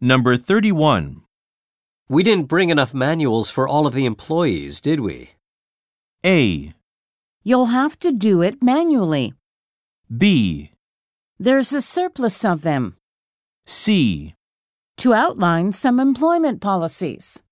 Number 31. We didn't bring enough manuals for all of the employees, did we? A. You'll have to do it manually. B. There's a surplus of them. C. To outline some employment policies.